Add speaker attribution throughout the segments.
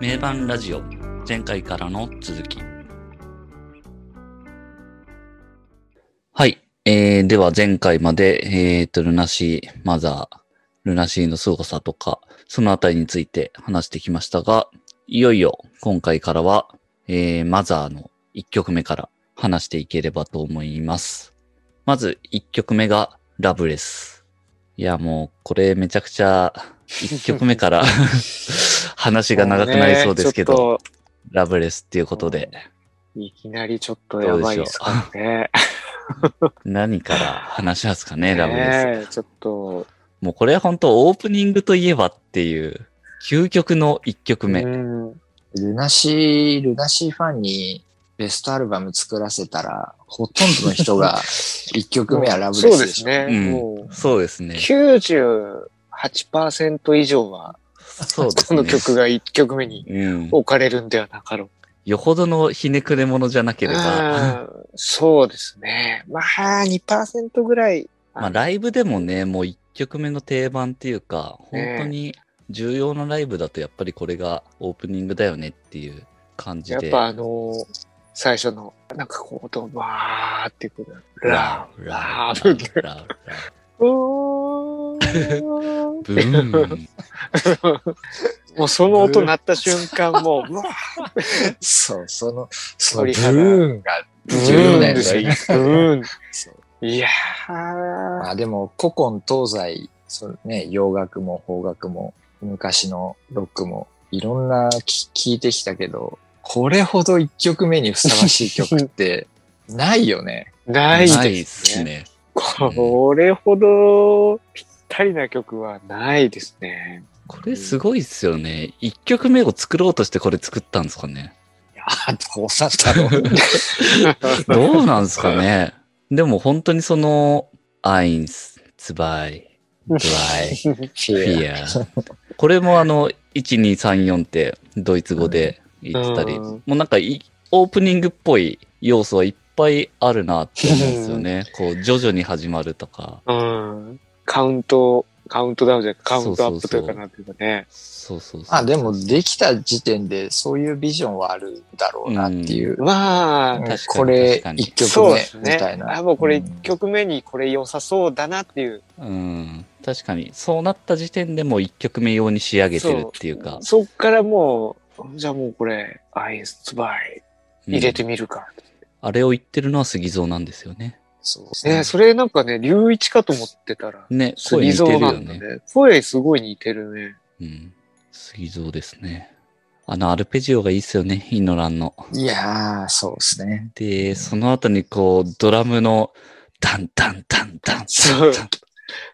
Speaker 1: 名盤ラジオ前回からの続きはい、えー、では前回まで、えー、とルナシーマザールナシーの凄さとかそのあたりについて話してきましたがいよいよ今回からは、えー、マザーの1曲目から話していければと思いますまず1曲目がラブレスいやもうこれめちゃくちゃ1曲目から 話が長くなりそうですけど、
Speaker 2: もうねちょっ
Speaker 1: ラブレスっていうことで、
Speaker 2: といきなりちょっとやばいですからね。
Speaker 1: 何から話しますかね、ラブレ
Speaker 2: ねえちょっ
Speaker 1: ス。
Speaker 2: と。
Speaker 1: もうこれは本当オープニングといえばっていう、究極の一曲目。
Speaker 2: うん
Speaker 3: ルナシー、ルナシーファンにベストアルバム作らせたら、ほとんどの人 が1曲目はラブレ
Speaker 2: そう
Speaker 3: ス
Speaker 2: で
Speaker 3: でし
Speaker 2: す
Speaker 3: ょ。
Speaker 2: ね。
Speaker 1: うん
Speaker 2: もう
Speaker 1: そうですね。
Speaker 2: 98%以上は、
Speaker 1: そうです
Speaker 2: そ
Speaker 1: ね。
Speaker 2: の曲が1曲目に
Speaker 1: うん。
Speaker 2: 置かれるんではなかろう
Speaker 1: よほどのひねくれ者じゃなければ、
Speaker 2: か。うんそうですね。まあ、2%ぐらい。
Speaker 1: まあライブでもね、もう一曲目の定番っていうか、本当に重要なライブだとやっぱりこれがオープニングだよねっていう感じ
Speaker 2: やっ
Speaker 1: で。
Speaker 2: ぱあの、最初の、なんかこう、ドバーってくる。ラ
Speaker 1: ブ、
Speaker 2: ラ
Speaker 1: ラ
Speaker 2: ー
Speaker 1: ブ、ラ
Speaker 2: ブ。うーん
Speaker 1: ブ、ブー ン。
Speaker 2: もうその音鳴った瞬間、もう、うわー
Speaker 3: そう、その、そのブ
Speaker 2: 鳥肌
Speaker 3: ーンが重要だよね。
Speaker 2: うん。
Speaker 3: そう
Speaker 2: いやー、
Speaker 3: まあでも、古今東西、そうね、洋楽も邦楽も、昔のロックも、いろんなき聞いてきたけど、これほど1曲目にふさわしい曲ってないよね。
Speaker 2: ない
Speaker 1: ない
Speaker 2: で
Speaker 1: ですす
Speaker 2: ね。
Speaker 1: ね。
Speaker 2: これほどぴったりな曲はないです ね。
Speaker 1: これすごいっすよね。一曲目を作ろうとしてこれ作ったんですかね。
Speaker 3: いやどうなんだろう。
Speaker 1: どうなんですかね。でも本当にその、アインス、ツバイ、ドライ、フィア。これもあの、1234ってドイツ語で言ってたり、
Speaker 2: うん
Speaker 1: もうなんかいオープニングっぽい要素はいっぱいあるなって思うんですよね。こう、徐々に始まるとか。
Speaker 2: うん。カウント、カウントダウンじゃなくてカウントアップとい
Speaker 1: そうそう
Speaker 2: う
Speaker 1: そ
Speaker 2: か
Speaker 1: う
Speaker 2: なんていうかね。
Speaker 1: そうそうそう。
Speaker 3: まあでもできた時点でそういうビジョンはあるだろうなっていう。
Speaker 2: まあ、
Speaker 1: 確かに
Speaker 3: これ
Speaker 1: 確かに
Speaker 3: 一曲
Speaker 2: そうで
Speaker 3: 目
Speaker 2: す
Speaker 3: みたい
Speaker 2: ね。
Speaker 3: な。
Speaker 2: あ、もうこれ
Speaker 3: うん
Speaker 2: 1曲目にこれ良さそうだなっていう。
Speaker 1: うん。確かに。そうなった時点でもう一曲目用に仕上げてるっていうか。
Speaker 2: そっからもう、じゃあもうこれ、アイスツバイ入れてみるか。
Speaker 1: あれを言ってるのは杉蔵なんですよね。
Speaker 3: そうです
Speaker 2: ね、
Speaker 3: ね。
Speaker 2: それなんかね、龍一かと思ってたら。
Speaker 1: ね、声
Speaker 2: 杉
Speaker 1: 似てる
Speaker 2: 蔵な
Speaker 1: よ
Speaker 2: んだ
Speaker 1: ね。
Speaker 2: ね。声すごい似てるね。
Speaker 1: うん。杉蔵ですね。あの、アルペジオがいいっすよね、イノランの。
Speaker 3: いやー、そうですね。
Speaker 1: で、その後にこう、ドラムの、ダンダンダンダン
Speaker 2: そ う
Speaker 1: ダン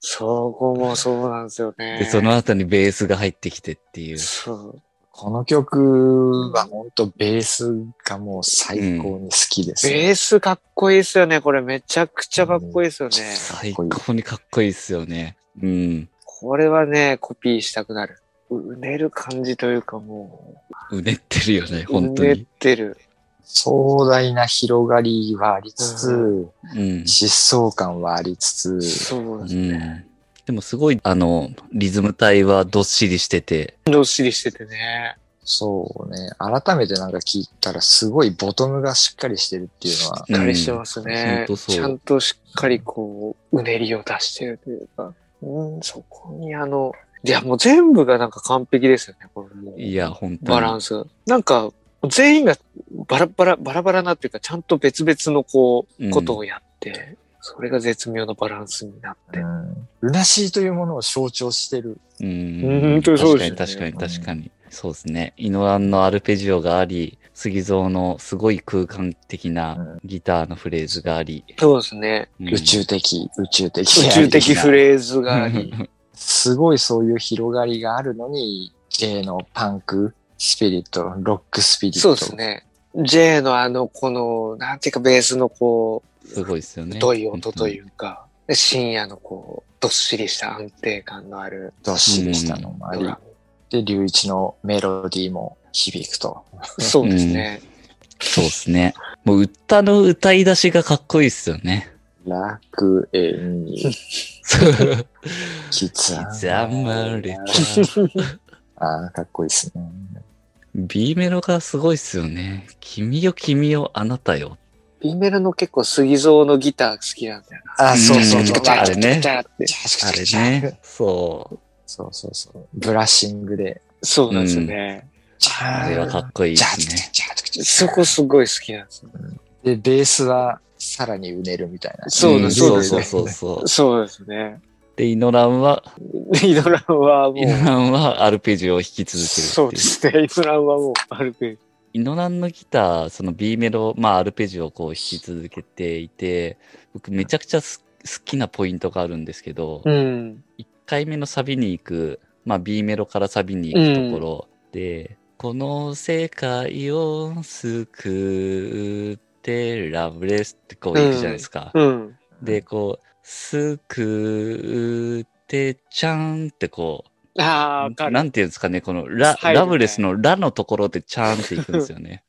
Speaker 2: そこもそうなんですよね。
Speaker 1: で、その後にベースが入ってきてっていう。
Speaker 2: そう。
Speaker 3: この曲は本当ベースがもう最高に好きです、
Speaker 2: ベースかっこいいですよね。これめちゃくちゃかっこいいですよね。
Speaker 1: 最高にかっこいいっすよね。うん。
Speaker 2: これはね、コピーしたくなる。ううねる感じというかも
Speaker 1: うねってるよね、
Speaker 2: う、う
Speaker 1: 本当
Speaker 2: ねっ
Speaker 1: に。
Speaker 2: てる。
Speaker 3: 壮大な広がりはありつつ、
Speaker 1: うん。
Speaker 3: 疾走感はありつつ、
Speaker 2: そう
Speaker 1: う
Speaker 2: ですね。
Speaker 1: ん。でもすごい、あの、リズム体はどっしりしてて、
Speaker 2: どっしりしててね。
Speaker 3: そうね、改めてなんか聞いたらすごいボトムがしっかりしてるっていうのは
Speaker 2: しっかりしてますね。
Speaker 1: うんほんとそう
Speaker 2: ちゃんとしっかりこう、うねりを出してるというか。うん、そこにあの、いやもう全部がなんか完璧ですよね。これもう
Speaker 1: いや、本当に。
Speaker 2: バランス。なんか、全員がバラバラ、バラバラなっていうか、ちゃんと別々のこ
Speaker 1: う
Speaker 2: う、
Speaker 1: ん
Speaker 2: ことをやって、それが絶妙なバランスになって。
Speaker 3: うんうなしいというものを象徴してる。
Speaker 1: うん
Speaker 2: うん本当にそうですよね
Speaker 1: 確かに確かに確かに。そうですね。イノランのアルペジオがあり、杉蔵のすごい空間的なギターのフレーズがあり。
Speaker 2: そうですね。
Speaker 1: うん
Speaker 3: 宇宙的、宇宙的。
Speaker 2: 宇宙的フ
Speaker 3: レ
Speaker 2: レーズがあり。
Speaker 3: すごいそういう広がりがあるのに、J のパンクスピリット、ロックスピリット。
Speaker 2: そうです。ね。J のあの、この、なんていうか、ベースのこ
Speaker 1: すごいですよ
Speaker 2: う、
Speaker 1: ね。
Speaker 2: 太い音というか、で深夜のこう、どっしりした安定感のある
Speaker 3: どっしりしたのもあり。
Speaker 2: ドラム。
Speaker 3: で、龍一のメロディーも響くと。
Speaker 2: そうですね。
Speaker 1: そうですね。もう歌の歌い出しがかっこいいですよ ね。
Speaker 3: 楽園に
Speaker 1: 刻
Speaker 3: 刻
Speaker 1: まれた。
Speaker 3: ああ、かっこいいですね。
Speaker 1: B メロがすごいっすよね。君よ君よあなたよ。
Speaker 2: B メロの結構杉蔵のギター好きなんだよな。
Speaker 3: あ、そうそうそうう。
Speaker 1: んあれね
Speaker 2: チャラチャラって。
Speaker 1: あれ。 ね。そう。
Speaker 3: そうそうそう。ブラッシングで。
Speaker 2: そうなんですよね。
Speaker 1: あれはかっこいいで
Speaker 3: ジャー
Speaker 1: す
Speaker 3: チャ
Speaker 1: ね。
Speaker 3: チャチャチャ
Speaker 2: そこすごい好きなんですよ。
Speaker 3: で、ベースはさらにうねるみたいな。
Speaker 2: そうだ
Speaker 1: ん
Speaker 2: そうだ
Speaker 1: そうそうそう。
Speaker 2: そうですね。
Speaker 1: で、イノランは、
Speaker 2: でイドランは も
Speaker 1: イノ
Speaker 2: う、
Speaker 1: ランはアルペジオを弾き続けるっていう。
Speaker 2: そうですね。イドランはもう、アルペン。
Speaker 1: イノランのギター、その B メロ、まあアルペジオをこう弾き続けていて、僕めちゃくちゃす好きなポイントがあるんですけど、
Speaker 2: うん。
Speaker 1: 1回目のサビに行く、まあ B メロからサビに行くところで、この世界を救ってラブレスってこう行くじゃないですか。
Speaker 2: うん。
Speaker 1: で、こう、すくってちゃんってこ
Speaker 2: ああ、わ
Speaker 1: う、
Speaker 2: か
Speaker 1: な
Speaker 2: る。
Speaker 1: んていうんですかね、このラ,、
Speaker 2: 入るね
Speaker 1: ラブレスのラのところでちゃんっていくんですよ ね。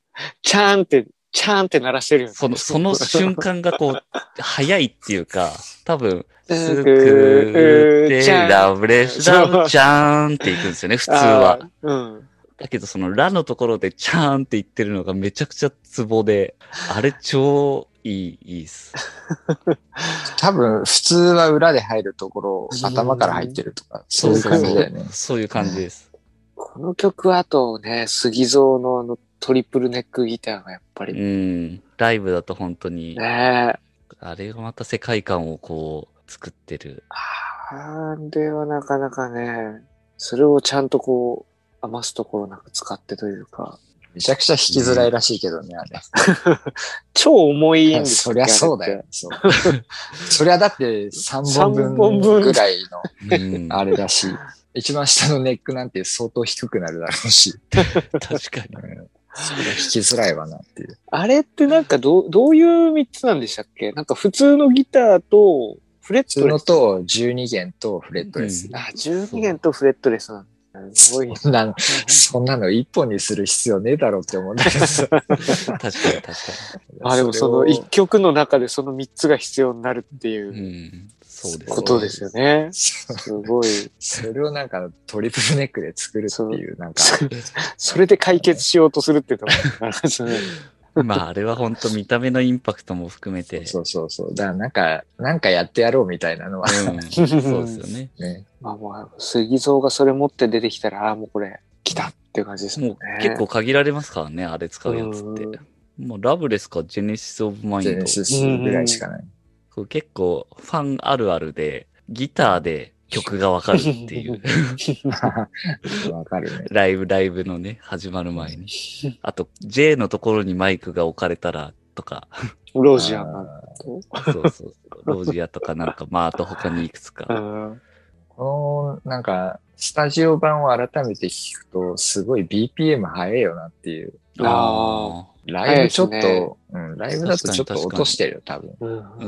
Speaker 2: チャーンって、チャーンって鳴らしてるよね。
Speaker 1: その、その瞬間がこう、早いっていうか、多分、す
Speaker 2: す
Speaker 1: く
Speaker 2: く
Speaker 1: って
Speaker 2: ちゃん
Speaker 1: ラブレス、ラブちゃんっていくんですよね、普通は。
Speaker 2: あー。うん。
Speaker 1: だけどそのラのところでちゃーんって言ってるのがめちゃくちゃツボで、あれ超いい、いいっす。
Speaker 3: 多分、普通は裏で入るところ、頭から入ってるとか、そういう感じだよね。
Speaker 1: そういう感じです。
Speaker 2: この曲はあとね、杉蔵のあのトリプルネックギターがやっぱ
Speaker 1: う
Speaker 2: り
Speaker 1: ん。ライブだと本当に。
Speaker 2: ね、
Speaker 1: あれがまた世界観をこう作ってる。
Speaker 2: あれはなかなかね、それをちゃんとこう余すところなく使ってというか、
Speaker 3: めちゃくちゃ弾きづらいらしいけどね、あれ。
Speaker 2: 超重いんです
Speaker 3: そりゃそう だよ。。そうそりゃだって
Speaker 2: 三
Speaker 3: 3
Speaker 2: 本
Speaker 3: 本
Speaker 2: 分
Speaker 3: 分ぐらいの
Speaker 1: うん、
Speaker 3: あれだし、一番下のネックなんて相当低くなるだろうし、
Speaker 1: 確かに。
Speaker 3: それ弾きづらいわなっていう。
Speaker 2: あれってなんかどうどういう3つなんでしたっけなんか普通のギターとフレッ
Speaker 3: 普通
Speaker 2: トレ
Speaker 3: の
Speaker 2: ス。
Speaker 3: と12弦とフレットレス。
Speaker 1: うん
Speaker 2: あ、12弦とフレットレスなんだ。すごい。
Speaker 3: そんなの、そんなの一本にする必要ねえだろうって思うんだけどさ。
Speaker 1: 確かに確か
Speaker 2: あ、でもその
Speaker 3: れを
Speaker 2: 1曲の中でその3つが必要になるってい
Speaker 1: に。
Speaker 2: う
Speaker 1: うん。そうです。
Speaker 2: ことですよね。
Speaker 3: そう
Speaker 2: すごい。
Speaker 3: それをなんかトリプルネックで作るっていう、なんか、
Speaker 2: それで解決しようとす るっていうのが
Speaker 1: まああれは本当見た目のインパクトも含めて。
Speaker 3: そうそうそう。だからなんか、なんかやってやろうみたいなのは
Speaker 1: うん、そうですよね。
Speaker 3: ね。
Speaker 2: まあもう、杉蔵がそれ持って出てきたら、ああ、もうこれ、来たっていう感じですもん
Speaker 1: も
Speaker 2: ね
Speaker 1: う。結構限られますからね、あれ使うやつって。もうラブレスかジェネシス・オブ・マイ
Speaker 3: ジェ
Speaker 1: ン
Speaker 3: ネ
Speaker 1: ド。
Speaker 3: シスぐらいしかない。
Speaker 1: こう結構ファンあるあるで、ギターで曲がわかるっていう。
Speaker 3: わかるね。
Speaker 1: ライブ、ライブのね、始まる前に。あと、J のところにマイクが置かれたらとか、
Speaker 2: ロジアが。
Speaker 3: あー
Speaker 1: そうそう、ロージアとかなんか、まあ、あと他にいくつ
Speaker 2: う
Speaker 1: か。
Speaker 2: ん
Speaker 3: この、なんか、スタジオ版を改めて聞くと、すごい BPM 早いよなっていう。
Speaker 1: あ
Speaker 3: ライブちょっと、
Speaker 2: 早いですね
Speaker 3: うん、ライブだとちょっと落としてるよ、多分。
Speaker 2: う
Speaker 1: あ、うん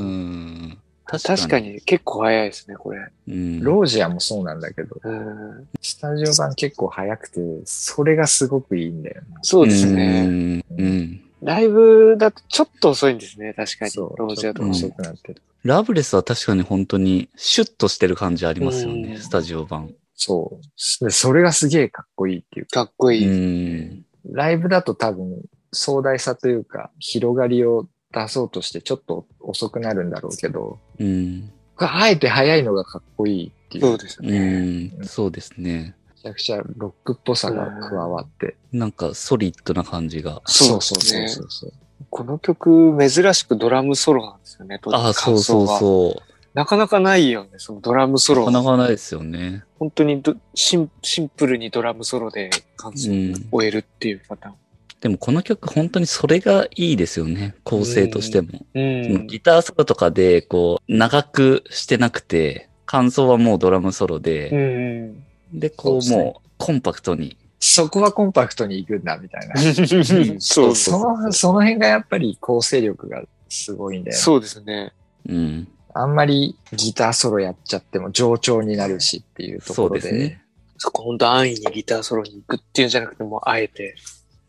Speaker 1: ん。
Speaker 2: 確か。に結構早いですね、これ。
Speaker 1: うん。
Speaker 3: ロージアもそうなんだけど、
Speaker 2: うん
Speaker 3: スタジオ版結構早くて、それがすごくいいんだよね。
Speaker 2: そうですね。
Speaker 1: うん。うん。
Speaker 2: ライブだとちょっと遅いんですね、確かに。
Speaker 3: そう、
Speaker 2: ロジア
Speaker 3: ち
Speaker 2: と
Speaker 3: ょっ
Speaker 2: か。
Speaker 3: 遅くなってる。
Speaker 1: ラブレスは確かに本当に、シュッとしてる感じありますよ
Speaker 2: う
Speaker 1: ね、
Speaker 2: ん
Speaker 1: スタジオ版。
Speaker 3: そう。でそれがすげえかっこいいっていうか、
Speaker 2: かっこ
Speaker 1: う
Speaker 2: いい。
Speaker 1: ん。
Speaker 3: ライブだと多分、壮大さというか、広がりを出そうとしてちょっと遅くなるんだろうけど、
Speaker 1: うん。
Speaker 3: あえて早いのがかっこいいっていう。
Speaker 2: そうです
Speaker 1: う
Speaker 2: ね。
Speaker 1: ん。そうですね。
Speaker 3: めちゃくちゃロックっぽさが加わって。
Speaker 1: なんか、ソリッドな感じが。
Speaker 2: そうそうそう
Speaker 3: そうそうそう。
Speaker 2: この曲、珍しくドラムソロなんですよね、
Speaker 1: ああ、そうそう
Speaker 2: う。
Speaker 1: そ
Speaker 2: なかなかないよね、そのドラムソ
Speaker 1: う。な
Speaker 2: ロ
Speaker 1: か。なかないですよね。
Speaker 2: 本当にどシンシンプルにドラムソロで完
Speaker 1: う
Speaker 2: 成
Speaker 1: ん。
Speaker 2: 終えるっていうパタ
Speaker 1: でもこの曲本当にそれがいいですよね。構成としても。
Speaker 2: ーン。
Speaker 1: そのギターソロとかで、こう、長くしてなくて、感想はもうドラムソロ
Speaker 2: う
Speaker 1: で、
Speaker 2: ん。
Speaker 1: で、こう
Speaker 3: そうですね
Speaker 1: もうコンパクトに。
Speaker 3: そこはコンパクトに行くんだ、みたいな。
Speaker 2: うん。 そう
Speaker 3: そ
Speaker 2: そう。
Speaker 3: の、その辺がやっぱり構成力がすごいんだよね。
Speaker 2: そうですね。
Speaker 1: うん。
Speaker 3: あんまりギターソロやっちゃっても上調になるしっていうと
Speaker 1: そう
Speaker 3: ころ
Speaker 1: で
Speaker 3: で。
Speaker 1: すね。
Speaker 2: そこ本当安易にギターソロに行くっていうんじゃなくて、もうあえて。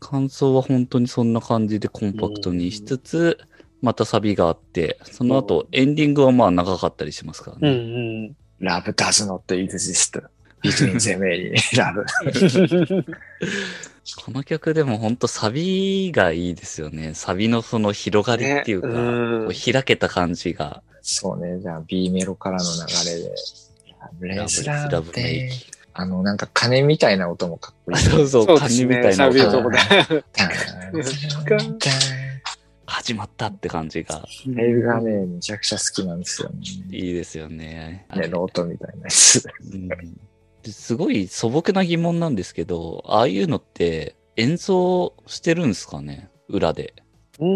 Speaker 1: 感想は本当にそんな感じでコンパクトにしつつ、またサビがあって、その後エンディングはまあ長かったりしますから
Speaker 2: うん
Speaker 1: ね。
Speaker 2: うん。
Speaker 3: Love does not exist between the many love.
Speaker 1: この曲でもほんとサビがいいですよね。サビのその広がりっていうか、
Speaker 2: ねうん
Speaker 1: こう開けた感じが。
Speaker 3: そうね、じゃあ B メロからの流れで。
Speaker 1: ラブ
Speaker 3: レ
Speaker 1: リ
Speaker 3: ス
Speaker 1: ー
Speaker 3: ラ
Speaker 1: ズラ
Speaker 3: ー
Speaker 1: ブ
Speaker 3: っ
Speaker 1: メイ
Speaker 3: て、
Speaker 1: キ。
Speaker 3: あの、なんか鐘みたいな音もかっ こいい。
Speaker 1: そうそう、
Speaker 2: そうで
Speaker 1: 感じ
Speaker 2: す
Speaker 1: みた
Speaker 2: ね。
Speaker 1: いな
Speaker 2: サ
Speaker 1: 音
Speaker 2: ビの
Speaker 3: の
Speaker 2: とこ
Speaker 1: が
Speaker 2: で。
Speaker 3: ダーンダーンダーン
Speaker 1: 始まったって感じが
Speaker 3: ライブがね、めちゃくちゃ好きなんですよね。
Speaker 1: いいですよね。あ
Speaker 3: ね、
Speaker 1: れ
Speaker 3: ロートみたいなやつ。
Speaker 1: うんですごい素朴な疑問なんですけど、ああいうのって演奏してるんですかね裏で。
Speaker 2: うー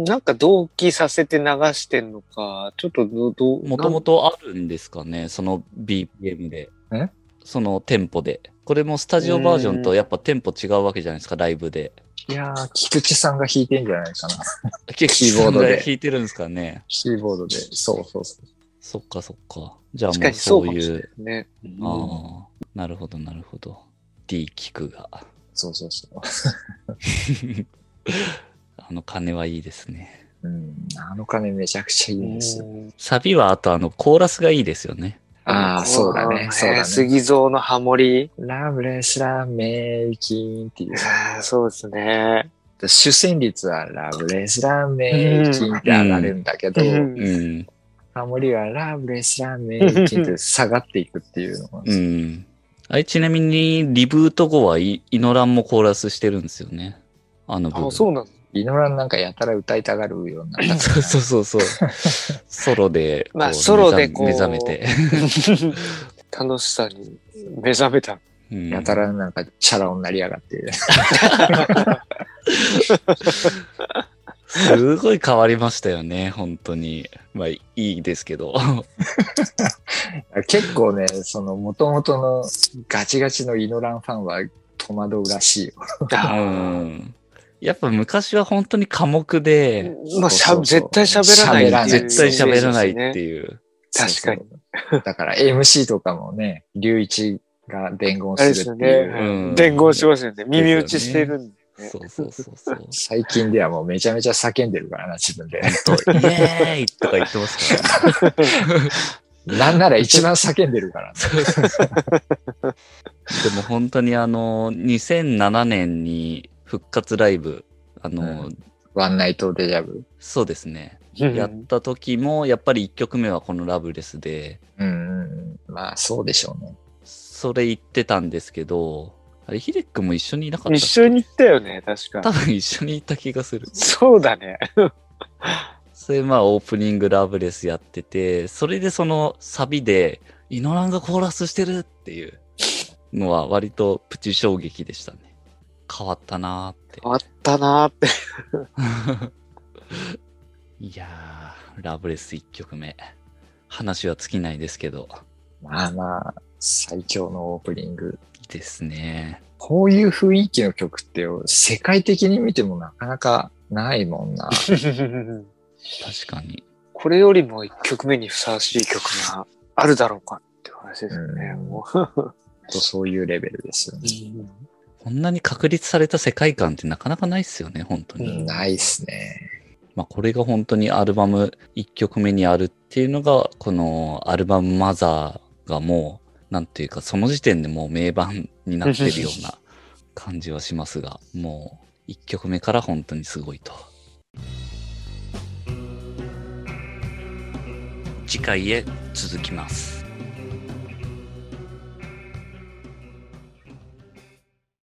Speaker 2: ん、なんか同期させて流してんのか、ちょっとど、どう、
Speaker 1: もともとあるんですかねその BPM で
Speaker 3: え。
Speaker 1: そのテンポで。これもスタジオバージョンとやっぱテンポ違うわけじゃないですか、ライブで。
Speaker 3: いやー、菊池さんが弾いてんじゃないかな。
Speaker 1: キ
Speaker 3: キーボードで
Speaker 1: 弾いてるんですかね
Speaker 3: キーボードで。そうそうそう。
Speaker 1: そっかそっか。じゃあ
Speaker 2: 確
Speaker 1: も
Speaker 2: か
Speaker 1: う
Speaker 2: にそ
Speaker 1: そ
Speaker 2: う
Speaker 1: う
Speaker 2: かもし
Speaker 1: い
Speaker 2: れな
Speaker 1: う
Speaker 2: い。ね。
Speaker 1: ああ、なるほどなるほど。D キクが。
Speaker 3: そうそうそう。
Speaker 1: あの鐘はいいですね。
Speaker 3: うん、あの鐘めちゃくちゃいいんですよ。
Speaker 2: うん
Speaker 1: サビはあとあのコーラスがいいですよね。
Speaker 3: あーそうだねそうだね
Speaker 2: 杉蔵のハモリ。
Speaker 3: ラブレスラーメイキンっていう。
Speaker 2: あーそうですね。
Speaker 3: 主旋律はラブレスラーメイキンって上がるんだけど、
Speaker 2: うん
Speaker 1: うん。
Speaker 3: ハモリはラブレスラーメイキンって下がっていくっていうのが、
Speaker 1: うん。あれ、ちなみに、リブート後はイ、イノランもコーラスしてるんですよね。あの部分。
Speaker 2: あ、そうなんだ。
Speaker 3: イノランなんかやたら歌いたがるようになった か
Speaker 1: そう
Speaker 3: ら。
Speaker 1: そうそうそう。ソロでこう、
Speaker 2: まあソロでこう
Speaker 1: 目覚めて。
Speaker 2: 楽しさに目覚めた。
Speaker 1: うん
Speaker 3: やたらなんかチャラになりやがって。
Speaker 1: すごい変わりましたよね、本当に。まあ、いいですけど。
Speaker 3: 結構ね、その元々のガチガチのイノランファンは戸惑うらしいよ。
Speaker 1: う
Speaker 2: あ
Speaker 1: ん。やっぱ昔は本当に寡黙で、
Speaker 2: ーまあ、しゃ
Speaker 3: そうそうそ
Speaker 2: 絶
Speaker 3: う
Speaker 2: 対喋らないっていう
Speaker 1: 絶対喋らないっ
Speaker 2: イメージ
Speaker 1: て
Speaker 2: で
Speaker 1: いう。
Speaker 2: 確かに
Speaker 3: に。だから MC とかもね、隆一が伝言
Speaker 2: すね。あれですすよ
Speaker 3: るっていう。
Speaker 1: う
Speaker 2: ね。
Speaker 1: ん
Speaker 2: 伝言しますよね。耳打ちしてるんでね。
Speaker 1: そうそうそうそう。
Speaker 3: 最近ではもうめちゃめちゃ叫んでるからな、自分で。
Speaker 1: 本当、イエーイとか言ってますから。
Speaker 3: なんなら一番叫んでるから、ね。
Speaker 1: でも本当にあの、2007年に復活ライブ、あの、
Speaker 3: うワンナイトデジャブ。
Speaker 1: そうですね、
Speaker 2: うん
Speaker 1: やった時も、やっぱり1曲目はこのラブレスで、
Speaker 3: うんうんうん。まあ、そうでしょうね。
Speaker 1: それ言ってたんですけど、あれ、ヒデ君も一緒にいなかった
Speaker 2: 一緒に行ったよね、確か
Speaker 1: 多。分一緒にいた気がする。
Speaker 2: そうだね。
Speaker 1: それまあオープニングラブレスやってて、それでそのサビで、イノランがコーラスしてるっていうのは割とプチ衝撃でしたね。変わったなーって。
Speaker 2: あったなーって。
Speaker 1: いやー、ラブレス1曲目。話は尽きないですけど、
Speaker 3: まあまあ、最強のオープニング。
Speaker 1: ですね。
Speaker 3: こういう雰囲気の曲って世界的に見てもなかなかないもんな。
Speaker 1: 確かに。
Speaker 2: これよりも一曲目にふさわしい曲があるだろうかって話ですよね。
Speaker 3: うん
Speaker 2: も
Speaker 3: とそういうレベルですよね。
Speaker 2: う
Speaker 1: こんなに確立された世界観ってなかなかないっすよね、本当に。
Speaker 2: うん
Speaker 3: ないっすね。
Speaker 1: まあ、これが本当にアルバム1曲目にあるっていうのが、このアルバムマザーがもう、なんていうか、その時点でもう名盤になってるような感じはしますが、もう1曲目から本当にすごいと。次回へ続きます。